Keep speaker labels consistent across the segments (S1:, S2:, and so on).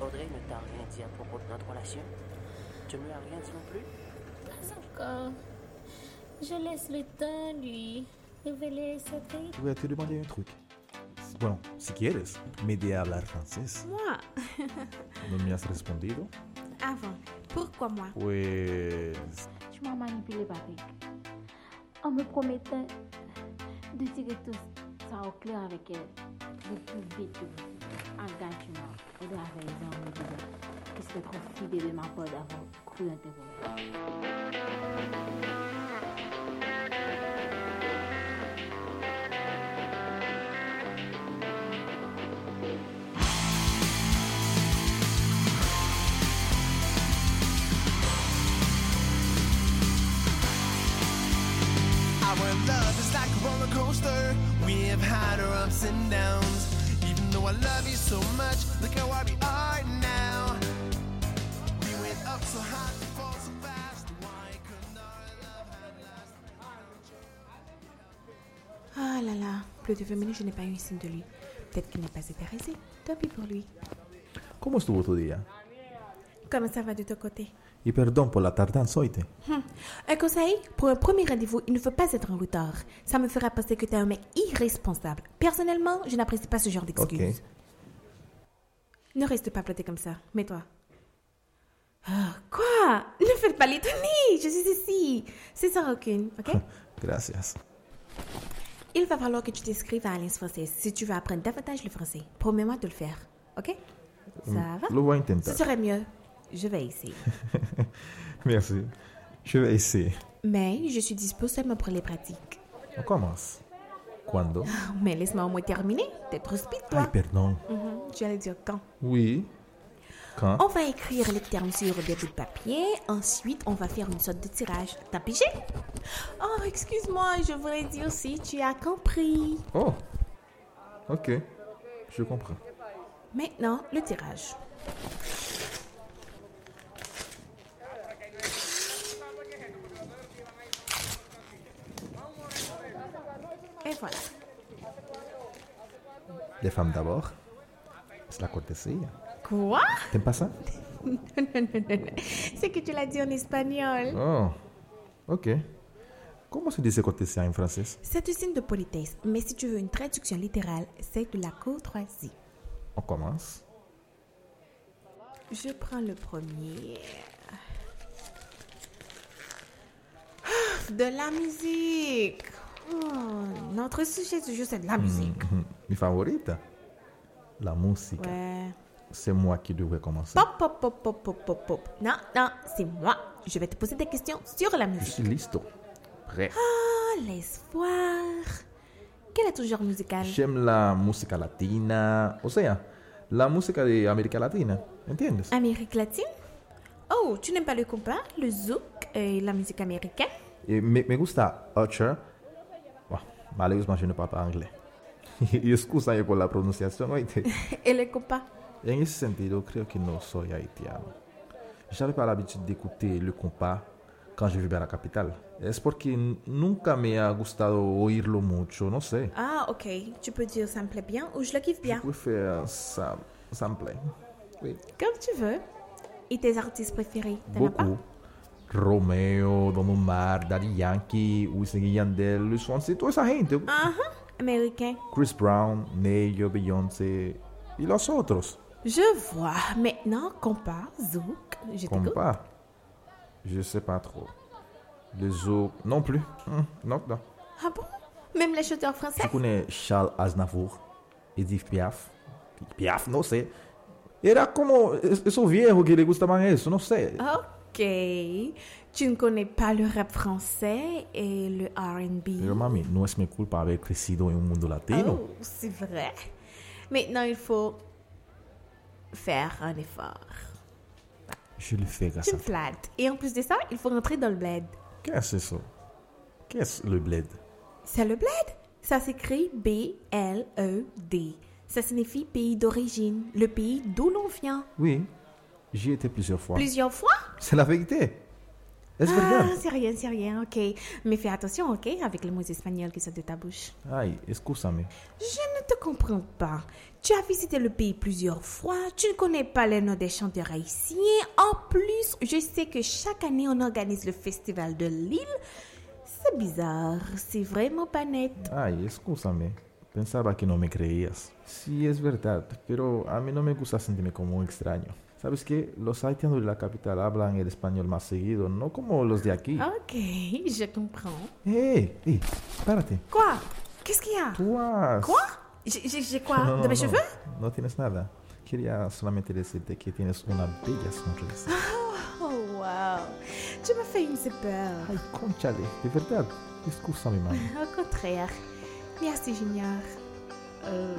S1: Audrey ne t'a rien dit à propos de notre relation Tu ne lui as rien dit non plus
S2: Pas encore. Je laisse le temps lui révéler sa vérité.
S3: Je voulais te demander un truc. Bueno, si quieres, me de hablar francés.
S4: Moi
S3: ¿No me has respondido?
S4: Ah, Avant. Pourquoi moi
S3: Pues.
S5: Tu m'as manipulé, Patrick. En me promettant de tirer tout ça au clair avec elle. Le plus vite que possible. Engage-moi. Elle doit avoir raison, me disant. Puisque profiter de ma part d'avoir cru en tes promesses.
S6: Our love is like a roller coaster. We have had our ups and downs. Even though I love you so much, look how I we are now. We went up so high, we fall so fast. Why couldn't our love have lasted?
S4: Ah là là, plus de 20 minutes, je n'ai pas eu un signe de lui. Peut-être qu'il n'est pas intéressé. Tant pis pour lui.
S3: ¿Cómo estuvo tu día?
S4: Comment ça va de ton côté
S3: Y perdón por la tardanza hoy. te-
S4: Un conseil Pour un premier rendez-vous, il ne faut pas être en retard. Ça me fera penser que tu es un mec irresponsable. Personnellement, je n'apprécie pas ce genre
S3: Ok.
S4: d'excuses.
S3: ¿eh?
S4: Ne reste pas planté comme ça. Mets-toi. Ah, quoi Ne faites pas l'étonner Je suis ici C'est sans rancune, ok
S3: Gracias.
S4: Il va falloir que tu t'inscrives à Alliance française si tu veux apprendre davantage le français. Promets-moi de le faire, ok Ça va
S3: Mm, Lo voy a
S4: Ce
S3: intentar.
S4: serait mieux. Je vais essayer.
S3: Merci. Je vais essayer.
S4: Mais je suis dispo seulement pour les pratiques.
S3: ¿Cómo más? ¿Cuándo?
S4: Oh, Mais laisse-moi au moins terminer. T'es trop speed,
S3: Ay,
S4: toi.
S3: perdón.
S4: Mhm, Tu allais dire quand
S3: Oui. Oh. Quand?
S4: On va écrire les termes sur des bouts de papier. Ensuite, on va faire une sorte de tirage. T'as pigé Oh, excuse-moi, je voulais dire si tu as compris.
S3: Oh. Ok. Je comprends.
S4: Maintenant, le tirage. Et voilà.
S3: Les femmes d'abord. Es la cortesía.
S4: Quoi
S3: ¿Te pasa?
S4: C'est que tu l'as dit en espagnol.
S3: Oh. Ok. ¿Cómo se dice cortesía en francés?
S4: C'est une signe de politesse, mais si tu veux une traduction littérale, c'est de la courtoisie.
S3: ¿O cómo más?
S4: Je prends le premier. Ah, De la musique. Oh, notre sujet du jour, c'est de la musique.
S3: Mi favorita. La música.
S4: Ouais.
S3: C'est moi qui devrais commencer.
S4: Pop, pop, pop, pop, pop, pop, pop. Non, non, c'est moi. Je vais te poser des questions sur la
S3: Je
S4: musique.
S3: suis listo. Prêt.
S4: Oh, laisse voir. Quel est ton genre musical?
S3: J'aime la música latina. O sea, la música de América Latina. ¿Entiendes?
S4: Amérique latine? Oh, tu n'aimes pas le compas, le zouk et la musique américaine?
S3: Eh, me, me gusta Usher. Buah, malheureusement, je ne parle pas anglais. y excúsame por la pronunciación, oíste.
S4: Et le compas?
S3: en E ese sentido, creo que no soy haitiano. J'avais pas l'habitude d'écouter le compas quand je vivais à la capitale. Es porque n- nunca me ha gustado oírlo mucho, no sé.
S4: Ah, ok. Tu peux dire ça me plaît bien ou je le kiffe bien.
S3: Je préfère ça, ça me plaît. Oui.
S4: Comme tu veux. Et tes artistes préférés, t'en as pas?
S3: Beaucoup. Romeo, Don Omar, Daddy Yankee, Wisin y Yandel, le Swansea, toda esa gente.
S4: Ah, américain.
S3: Chris Brown, Neyo, Beyoncé y los otros.
S4: Je vois. Maintenant, compas, zouk, je t'écoute.
S3: Compa. Je sais pas trop. Le zouk, non plus. Hum, non, non.
S4: Ah bon? Même les chanteurs français?
S3: Je connais Charles Aznavour, Edith Piaf. Piaf, no sé. Era como es- esos viejos que le gustaban eso, no sé.
S4: Ok. Tu ne connais pas le rap français et le
S3: Pero
S4: R&B.
S3: mami, no es mi culpa haber crecido en un um mundo latino.
S4: Oh, c'est vrai. Maintenant, il faut faire un effort.
S3: Je le fais grâce
S4: Tu
S3: à
S4: me flattes. Et en plus de ça, il faut rentrer dans le bled.
S3: Qu'est-ce que é c'est ça? Qu'est-ce le é bled?
S4: C'est le bled. Ça s'écrit B-L-E-D. Ça signifie pays d'origine, le pays d'où l'on vient.
S3: Oui, j'y étais plusieurs fois.
S4: Plusieurs fois
S3: C'est la vérité. Es verdad.
S7: Ah, c'est rien, c'est rien, ok. Mais fais attention, ok, avec les mots espagnols qui sortent de ta bouche.
S3: Ay, escúchame.
S7: Je ne te comprends pas. Tu as visité le pays plusieurs fois, tu ne connais pas les noms des chanteurs haïtiens. En plus, je sais que chaque année, on organise le festival de Lille. C'est bizarre, c'est vraiment pas net.
S3: Ay, escúchame. Pensaba que no me creías. Sí, es verdad, pero a mí no me gusta sentirme como un extraño. ¿Sabes qué? Los haitianos de la capital hablan el español más seguido, no como los de aquí.
S4: Ah.
S7: Ok, je comprends.
S3: ¡Hey! ¡Hey! ¡Párate!
S7: Quoi Qu'est-ce qu'il y a
S3: ¡Tú has-
S7: Quoi J'ai- J'ai j'ai quoi
S3: No, no,
S7: De
S3: no,
S7: mes
S3: no.
S7: cheveux
S3: No tienes nada. Quería solamente decirte que tienes una bella sonrisa.
S7: Oh, wow. Tu m'as fait une peur.
S3: ¡Ay, conchale! De verdad, escúchame, mami.
S7: Au contraire. Merci, Junior. Euh,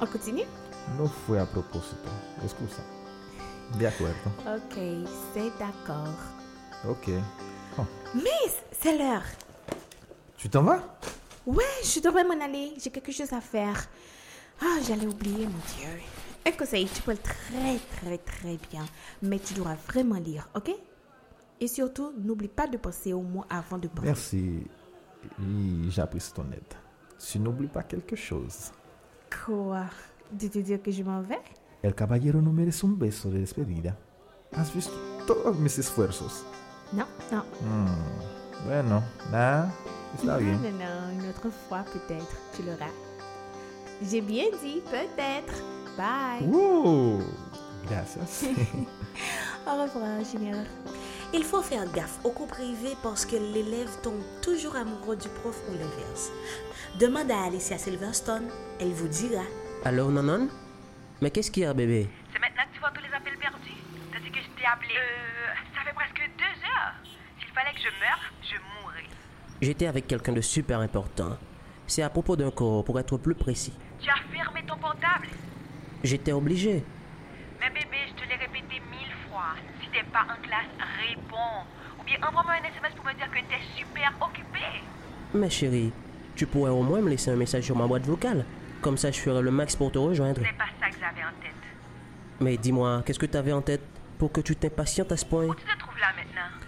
S7: on continue
S3: No fue a propósito. Excusa. De acuerdo.
S7: Ok, c'est d'accord.
S3: Ok. Oh,
S7: Miss, c'est l'heure.
S3: ¿Tu t'en vas?
S7: Ouais, je devrais m'en aller. J'ai quelque chose à faire. Ah, j'allais oublier, mon Dieu. Un conseil, tu parles très, très, très bien. Mais tu dois vraiment lire, ok Et surtout, n'oublie pas de penser au mot avant de parler.
S3: Merci. Y j'apprécie ton aide. Si n'oublie pas quelque chose.
S7: Quoi De te dire que je m'en vais
S3: El caballero no merece un beso de despedida. Has visto todos mis esfuerzos.
S7: Non, non.
S3: Mm, Bueno, nada.
S7: non,
S3: Está bien.
S7: non, non. Une autre fois, peut-être, tu l'auras. J'ai bien dit, peut-être. Bye.
S3: Wow, Uh, gracias.
S7: Au revoir, Junior.
S8: Il faut faire gaffe aux cours privés parce que l'élève tombe toujours amoureux du prof ou l'inverse. Demande à Alicia Silverstone, elle vous dira.
S1: Alors, Nanon Mais qu'est-ce qu'il y a, bébé
S9: C'est maintenant que tu vois tous les appels perdus. T'as dit que je t'ai appelé. Euh, ça fait presque deux heures. S'il fallait que je meure, je mourrais.
S1: J'étais avec quelqu'un de super important. C'est à propos d'un corps, pour être plus précis.
S9: Tu as fermé ton portable.
S1: J'étais obligé.
S9: Mais bébé, je te l'ai répété mille fois. Si t'es pas en classe, réponds. Ou bien envoie-moi un SMS pour me dire que t'es super occupé.
S1: Mais chérie, tu pourrais au moins me laisser un message sur ma boîte vocale. Comme ça, je ferai le max pour te rejoindre.
S9: C'est pas ça que j'avais en tête.
S1: Mais dis-moi, qu'est-ce que t'avais en tête pour que tu t'impatientes à ce point
S9: Où tu te trouves là maintenant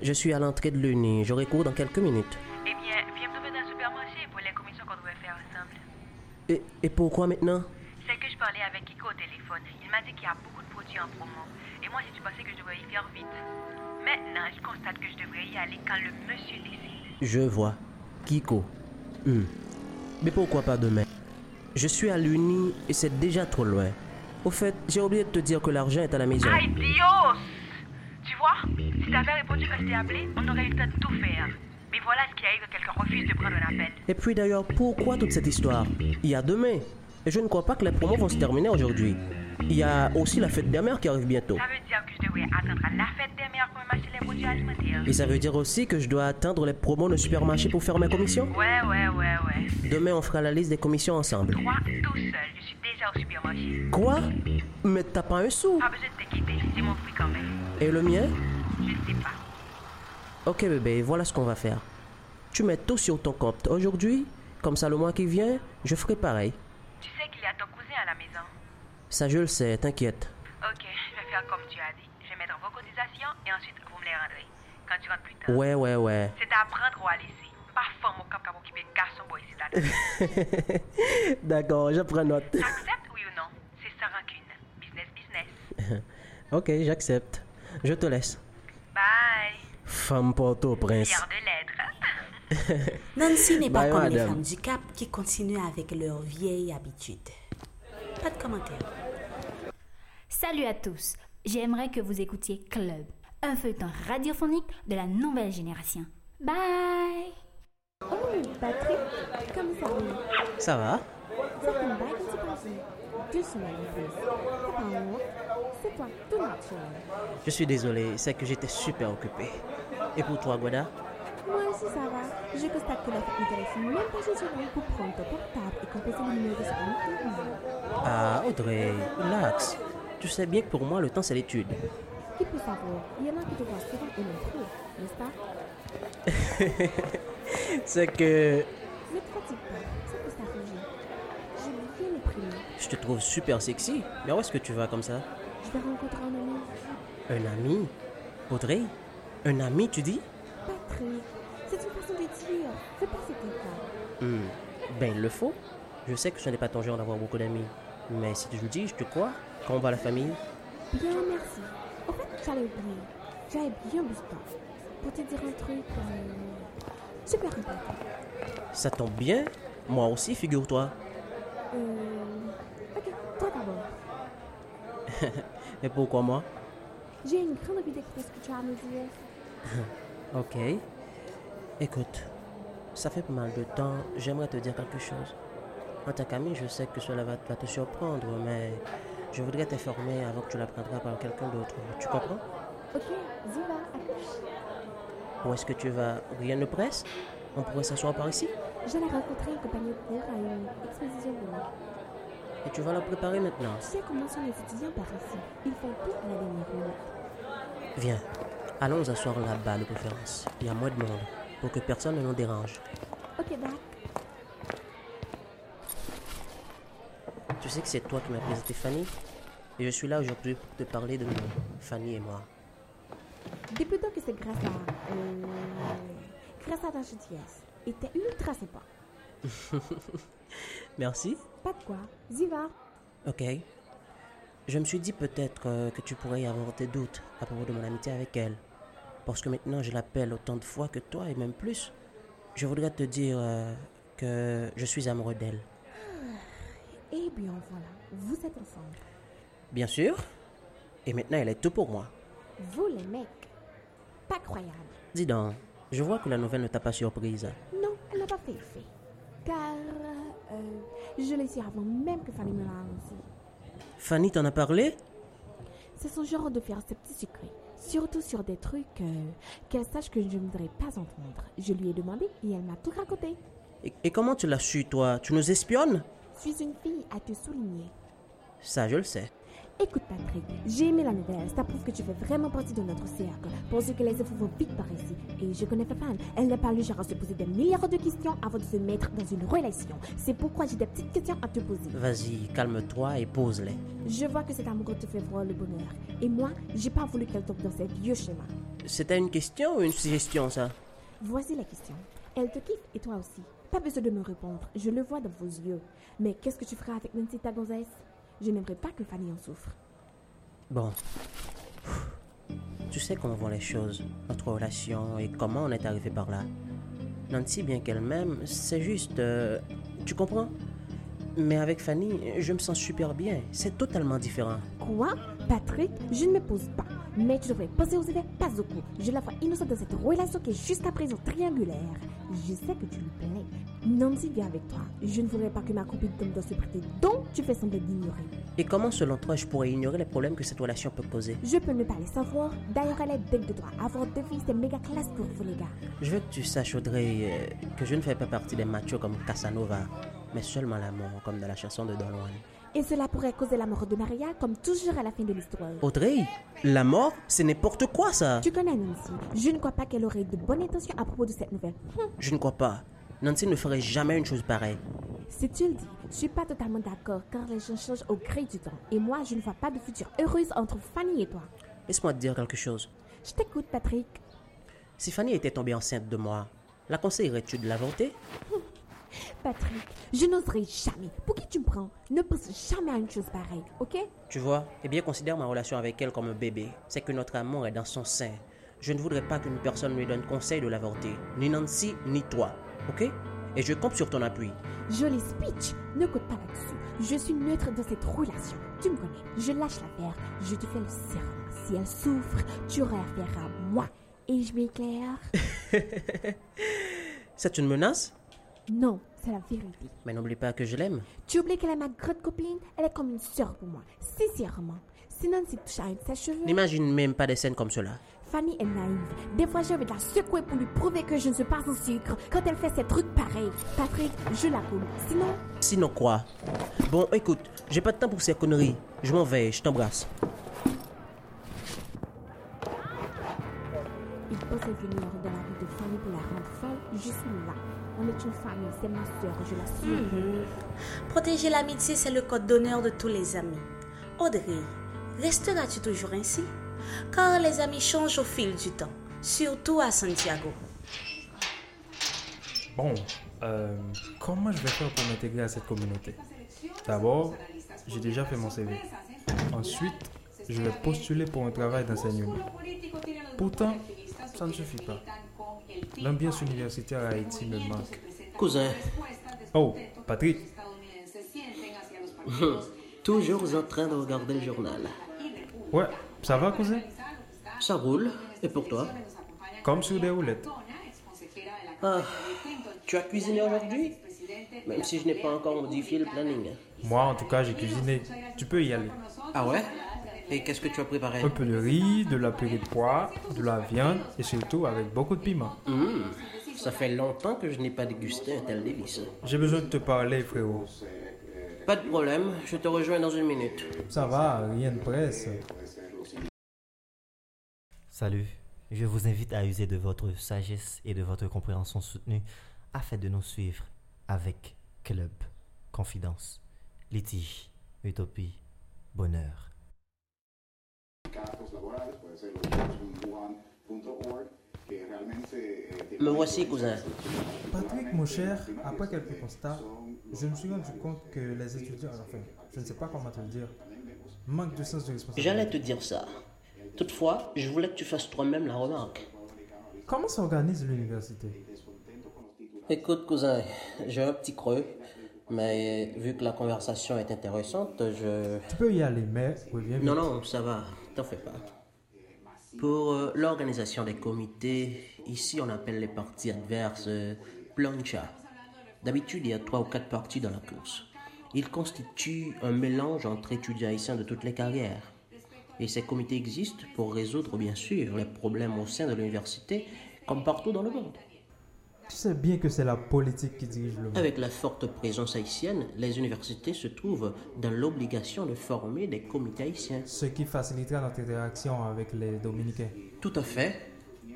S1: Je suis à l'entrée de l'Uni. J'aurai cours dans quelques minutes.
S9: Eh bien, viens me trouver dans le supermarché pour les commissions qu'on devait faire ensemble.
S1: Et, et pourquoi maintenant
S9: C'est que je parlais avec Kiko au téléphone. Il m'a dit qu'il y a beaucoup de produits en promo. Et moi, j'ai dû penser que je devrais y faire vite. Maintenant, je constate que je devrais y aller quand le monsieur décide.
S1: Je vois. Kiko. Hmm. Mais pourquoi pas demain Je suis à l'Uni et c'est déjà trop loin. Au fait, j'ai oublié de te dire que l'argent est à la maison.
S9: Ay Dios Tu vois, si t'avais répondu quand je t'ai appelé, on aurait eu le temps de tout faire. Mais voilà ce qui arrive quand quelqu'un refuse de prendre un appel.
S1: Et puis d'ailleurs, pourquoi toute cette histoire Il y a demain. Et je ne crois pas que les promos vont se terminer aujourd'hui. Il y a aussi la fête des mères qui arrive bientôt.
S9: Ça veut dire que je devrais attendre à la fête des mères pour m'acheter les produits alimentaires.
S1: Et ça veut dire aussi que je dois attendre les promos de supermarché pour faire mes commissions
S9: Ouais, ouais, ouais, ouais.
S1: Demain, on fera la liste des commissions ensemble.
S9: Moi, tout seul, je suis déjà au supermarché.
S1: Quoi Mais t'as pas un sou
S9: Pas besoin de te quitter, c'est mon fruit quand même.
S1: Et le mien
S9: Je ne sais pas.
S1: Ok bébé, voilà ce qu'on va faire. Tu mets tout sur ton compte aujourd'hui, comme ça le mois qui vient, je ferai pareil.
S9: Tu sais qu'il y a ton cousin à la maison.
S1: Ça je le sais, t'inquiète.
S9: Ok, je vais faire comme tu as dit. Je vais mettre vos cotisations et ensuite vous me les rendrez. Quand tu rentres plus tard.
S1: Ouais, ouais, ouais.
S9: C'est à prendre ou à laisser. Pas femme au cap cap occupé garçon boy ici là-dedans.
S1: D'accord, je prends note.
S9: T'acceptes oui ou non C'est sans rancune. Business, business.
S1: ok, j'accepte. Je te laisse.
S9: Bye.
S1: Femme Port-au-Prince.
S9: Pierre de lettres. hein?
S8: Nancy n'est pas
S1: Bye,
S8: comme les
S1: madame.
S8: femmes du Cap qui continuent avec leur vieille habitude. Pas de commentaire.
S5: Salut à tous. J'aimerais que vous écoutiez Club, un feuilleton radiophonique de la nouvelle génération. Bye.
S4: Oh, Patrick, comme ça, oui.
S1: Ça va
S4: Ça tombe bien que tu passes deux semaines en plus. T'as pas honte. C'est toi, tout naturel.
S1: Je suis désolé, c'est que j'étais super occupé. Et pour toi, Guada
S4: Moi aussi, ça va. Je constate que la fête ne t'intéresse même pas suffisamment pour prendre ton portable et compléter le numéro de son téléphone.
S1: Ah, Audrey, relax. Tu sais bien que pour moi, le temps, c'est l'étude.
S4: Qui peut savoir Il y en a qui te voient souvent et l'ont trop, n'est-ce pas
S1: C'est que
S4: Ne te fatigue pas, c'est que ça rougit. J'ai oublié les prénoms.
S1: je te trouve super sexy. Mais où est-ce que tu vas comme ça
S4: Je vais rencontrer un ami.
S1: Un ami Audrey Un ami, tu dis
S4: Patrick, c'est une façon de dire. Fais pas cet effort.
S1: Hmm, Ben, il le faut. Je sais que ce n'est pas ton genre d'avoir beaucoup d'amis. Mais si tu le dis, je te crois. Comment va la famille
S4: Bien, merci. En fait, j'allais oublier. J'avais bien besoin Pour te dire un truc. euh, super important.
S1: Ça tombe bien Moi aussi, figure-toi.
S4: Euh, ok, toi d'abord.
S1: Mais pourquoi moi
S4: J'ai une grande envie d'écouter ce que tu as à me dire.
S1: Ok. Écoute, ça fait pas mal de temps, j'aimerais te dire quelque chose. En tant qu'ami, je sais que cela va, va te surprendre, mais je voudrais t'informer avant que tu l'apprendras par quelqu'un d'autre. Tu comprends
S4: Ok, Ziva, accouche.
S1: Où est-ce que tu vas Rien ne presse On pourrait s'asseoir par ici
S4: J'allais rencontrer un compagnon pour à une exposition de langue.
S1: Et tu vas la préparer maintenant.
S4: Tu sais comment sont les étudiants par ici. Ils font tout à la dernière minute.
S1: Viens, allons nous asseoir là-bas de préférence. Il y a moins de monde, pour que personne ne nous dérange.
S4: Ok, d'accord.
S1: Tu sais que c'est toi qui m'as présenté Fanny Et je suis là aujourd'hui pour te parler de nous, Fanny et moi.
S4: Dis plutôt que c'est grâce à. euh, grâce à ta gentillesse. Et t'es ultra sympa.
S1: Merci.
S4: Pas de quoi. Ziva,
S1: Ok. Je me suis dit peut-être euh, que tu pourrais y avoir des doutes à propos de mon amitié avec elle. Parce que maintenant je l'appelle autant de fois que toi et même plus. Je voudrais te dire euh, que je suis amoureux d'elle.
S4: eh bien voilà, vous êtes ensemble.
S1: Bien sûr. Et maintenant elle est tout pour moi.
S4: Vous les mecs. Pas croyable.
S1: Dis donc, je vois que la nouvelle ne t'a pas surprise.
S4: Non, elle n'a pas fait effet. Car euh, je l'ai su avant même que Fanny me l'a annoncé.
S1: Fanny t'en a parlé
S4: C'est son genre de faire ses petits secrets. Surtout sur des trucs euh, qu'elle sache que je ne voudrais pas entendre. Je lui ai demandé et elle m'a tout raconté.
S1: et, et comment tu l'as su toi Tu nous espionnes
S4: Je suis une fille à te souligner.
S1: Ça je le sais.
S4: Écoute Patrick, j'ai aimé la nouvelle. Ça prouve que tu fais vraiment partie de notre cercle. Pensez que les infos vont vite par ici. Et je connais Fafan. Elle n'est pas le genre à se poser des milliards de questions avant de se mettre dans une relation. C'est pourquoi j'ai des petites questions à te poser.
S1: Vas-y, calme-toi et pose-les.
S4: Je vois que cet amour te fait voir le bonheur. Et moi, j'ai pas voulu qu'elle tombe dans ces vieux schémas.
S1: C'était une question ou une suggestion ça
S4: Voici la question. Elle te kiffe et toi aussi. Pas besoin de me répondre, je le vois dans vos yeux. Mais qu'est-ce que tu feras avec Nancy ta gonzesse Je n'aimerais pas que Fanny en souffre.
S1: Bon. Tu sais comment vont les choses, notre relation et comment on est arrivé par là. Nancy, bien qu'elle m'aime, c'est juste... euh, tu comprends Mais avec Fanny, je me sens super bien. C'est totalement différent.
S4: Quoi Patrick, je ne me pose pas. Mais tu devrais penser aux effets, pas au coup. Je la vois innocente dans cette relation qui est jusqu'à présent triangulaire. Je sais que tu lui plais. Nancy vient avec toi. Je ne voudrais pas que ma copine tombe dans ce prêté dont tu fais semblant d'ignorer.
S1: Et comment, selon toi, je pourrais ignorer les problèmes que cette relation peut causer
S4: Je peux ne pas les savoir. D'ailleurs, elle est dingue de toi. Avoir deux filles, c'est méga classe pour vous, les gars.
S1: Je veux que tu saches, Audrey, euh, que je ne fais pas partie des machos comme Casanova, mais seulement l'amour, comme dans la chanson de Don Juan.
S4: Et cela pourrait causer la mort de Maria, comme toujours à la fin de l'histoire.
S1: Audrey, la mort, c'est n'importe quoi, ça
S4: Tu connais Nancy. Je ne crois pas qu'elle aurait de bonnes intentions à propos de cette nouvelle. Hum,
S1: Je ne crois pas. Nancy ne ferait jamais une chose pareille.
S4: Si tu le dis, je suis pas totalement d'accord, car les gens changent au gré du temps. Et moi, je ne vois pas de futur heureuse entre Fanny et toi.
S1: Laisse-moi te dire quelque chose.
S4: Je t'écoute, Patrick.
S1: Si Fanny était tombée enceinte de moi, la conseillerais-tu de l'inventer
S4: Patrick, je n'oserai jamais. Pour qui tu me prends Ne pense jamais à une chose pareille, ok
S1: Tu vois, eh bien considère ma relation avec elle comme un bébé. C'est que notre amour est dans son sein. Je ne voudrais pas qu'une personne lui donne conseil de l'avorter. Ni Nancy, ni toi. Ok Et je compte sur ton appui.
S4: Joli speech, ne coûte pas là-dessus. Je suis neutre dans cette relation. Tu me connais, je lâche l'affaire, je te fais le serment. Si elle souffre, tu auras affaire à moi. Et je m'éclaire
S1: C'est une menace
S4: Non, c'est la vérité.
S1: Mais n'oublie pas que je l'aime.
S4: Tu oublies qu'elle est ma grande copine Elle est comme une sœur pour moi, sincèrement. Sinon, si touche à un de ses cheveux,
S1: N'imagine même pas des scènes comme cela.
S4: Fanny est naïve. Des fois, j'ai envie de la secouer pour lui prouver que je ne suis pas son sucre quand elle fait ces trucs pareils. Patrick, je la coule. Sinon,
S1: Sinon quoi Bon, écoute, j'ai pas de temps pour ces conneries. Je m'en vais, je t'embrasse.
S4: Il pensait venir dans la rue de Fanny pour la rendre folle. Je suis là. On est une famille, c'est ma soeur, je la suis.
S8: Protéger l'amitié, c'est le code d'honneur de tous les amis. Audrey, resteras-tu toujours ainsi Car les amis changent au fil du temps. surtout à Santiago.
S10: Bon, euh, comment je vais faire pour m'intégrer à cette communauté D'abord, j'ai déjà fait mon CV. Ensuite, je vais postuler pour un travail d'enseignement. Pourtant, ça ne suffit pas. L'ambiance universitaire à Haïti me manque.
S1: Cousin,
S10: Oh, Patrick,
S1: toujours en train de regarder le journal.
S10: ouais, ça va, cousin
S1: Ça roule, et pour toi
S10: Comme sur des roulettes.
S1: Ah, tu as cuisiné aujourd'hui Même si je n'ai pas encore modifié le planning.
S10: Moi, en tout cas, j'ai cuisiné. Tu peux y aller.
S1: Ah ouais Et qu'est-ce que tu as préparé
S10: Un peu de riz, de la purée de pois, de la viande et surtout avec beaucoup de piment.
S1: Hum, Ça fait longtemps que je n'ai pas dégusté un tel délice.
S10: J'ai besoin de te parler, frérot.
S1: Pas de problème, je te rejoins dans une minute.
S10: Ça va, rien de presse.
S11: Salut, je vous invite à user de votre sagesse et de votre compréhension soutenue afin de nous suivre avec Club, Confidence, Litige, Utopie, Bonheur.
S1: Me voici, cousin.
S10: Patrick, mon cher, après quelques constats, je me suis rendu compte que les étudiants, enfin, je ne sais pas comment te le dire, manquent de sens de responsabilité.
S1: J'allais te dire ça. Toutefois, je voulais que tu fasses toi-même la remarque.
S10: Comment s'organise l'université
S1: Écoute, cousin, j'ai un petit creux, mais vu que la conversation est intéressante, je.
S10: Tu peux y aller, mais reviens.
S1: Non, non, ça va, t'en fais pas. Pour euh, l'organisation des comités, ici on appelle les parties adverses euh, plancha. D'habitude, il y a trois ou quatre parties dans la course. Ils constituent un mélange entre étudiants haïtiens de toutes les carrières. Et ces comités existent pour résoudre, bien sûr, les problèmes au sein de l'université, comme partout dans le monde.
S10: Tu sais bien que c'est la politique qui dirige le monde.
S1: Avec la forte présence haïtienne, les universités se trouvent dans l'obligation de former des comités haïtiens.
S10: Ce qui facilitera notre interaction avec les Dominicains.
S1: Tout à fait.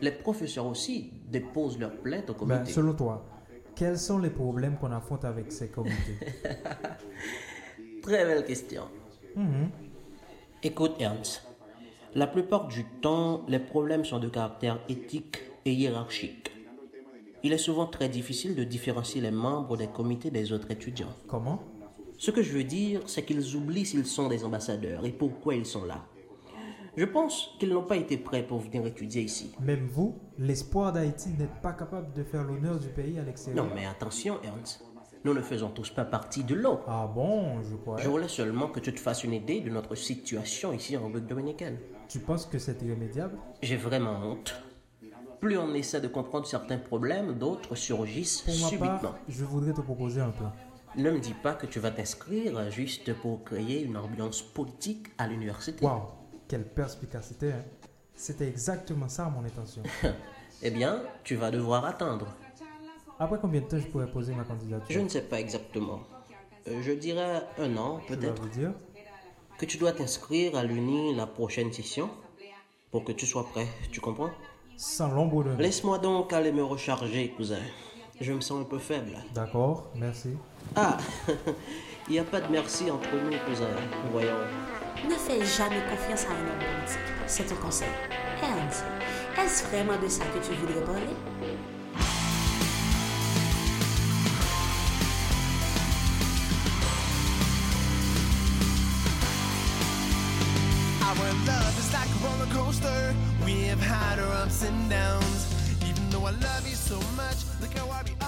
S1: Les professeurs aussi déposent leurs plaintes au comité.
S10: Ben, selon toi, quels sont les problèmes qu'on affronte avec ces comités
S1: Très belle question.
S10: Mhm.
S1: Écoute Ernst, la plupart du temps, les problèmes sont de caractère éthique et hiérarchique. Il est souvent très difficile de différencier les membres des comités des autres étudiants.
S10: Comment
S1: Ce que je veux dire, c'est qu'ils oublient s'ils sont des ambassadeurs et pourquoi ils sont là. Je pense qu'ils n'ont pas été prêts pour venir étudier ici.
S10: Même vous, l'espoir d'Haïti n'est pas capable de faire l'honneur du pays à l'extérieur.
S1: Non, mais attention, Ernst. Nous ne faisons tous pas partie de l'eau.
S10: Ah bon, je crois.
S1: Je voulais seulement que tu te fasses une idée de notre situation ici en République dominicaine.
S10: Tu penses que c'est irrémédiable
S1: J'ai vraiment honte. Plus on essaie de comprendre certains problèmes, d'autres surgissent
S10: Pour ma
S1: subitement.
S10: part, je voudrais te proposer un plan.
S1: Ne me dis pas que tu vas t'inscrire juste pour créer une ambiance politique à l'université.
S10: Waouh, quelle perspicacité hein. C'était exactement ça mon intention.
S1: eh bien, tu vas devoir attendre.
S10: Après combien de temps je pourrais poser ma candidature
S1: Je ne sais pas exactement. Euh, Je dirais un an, peut-être. Que tu dois t'inscrire à l'UNI la prochaine session pour que tu sois prêt, tu comprends
S10: Sans l'ombre de...
S1: Laisse-moi donc aller me recharger, cousin. Je me sens un peu faible.
S10: D'accord, merci.
S1: Ah Il n'y a pas de merci entre nous, cousin. Voyons.
S8: Ne fais jamais confiance à un homme politique. C'est ton conseil. Ernst, est-ce vraiment de ça que tu voudrais parler
S6: Our love is like a roller coaster. We have had our ups and downs. Even though I love you so much, look how I be.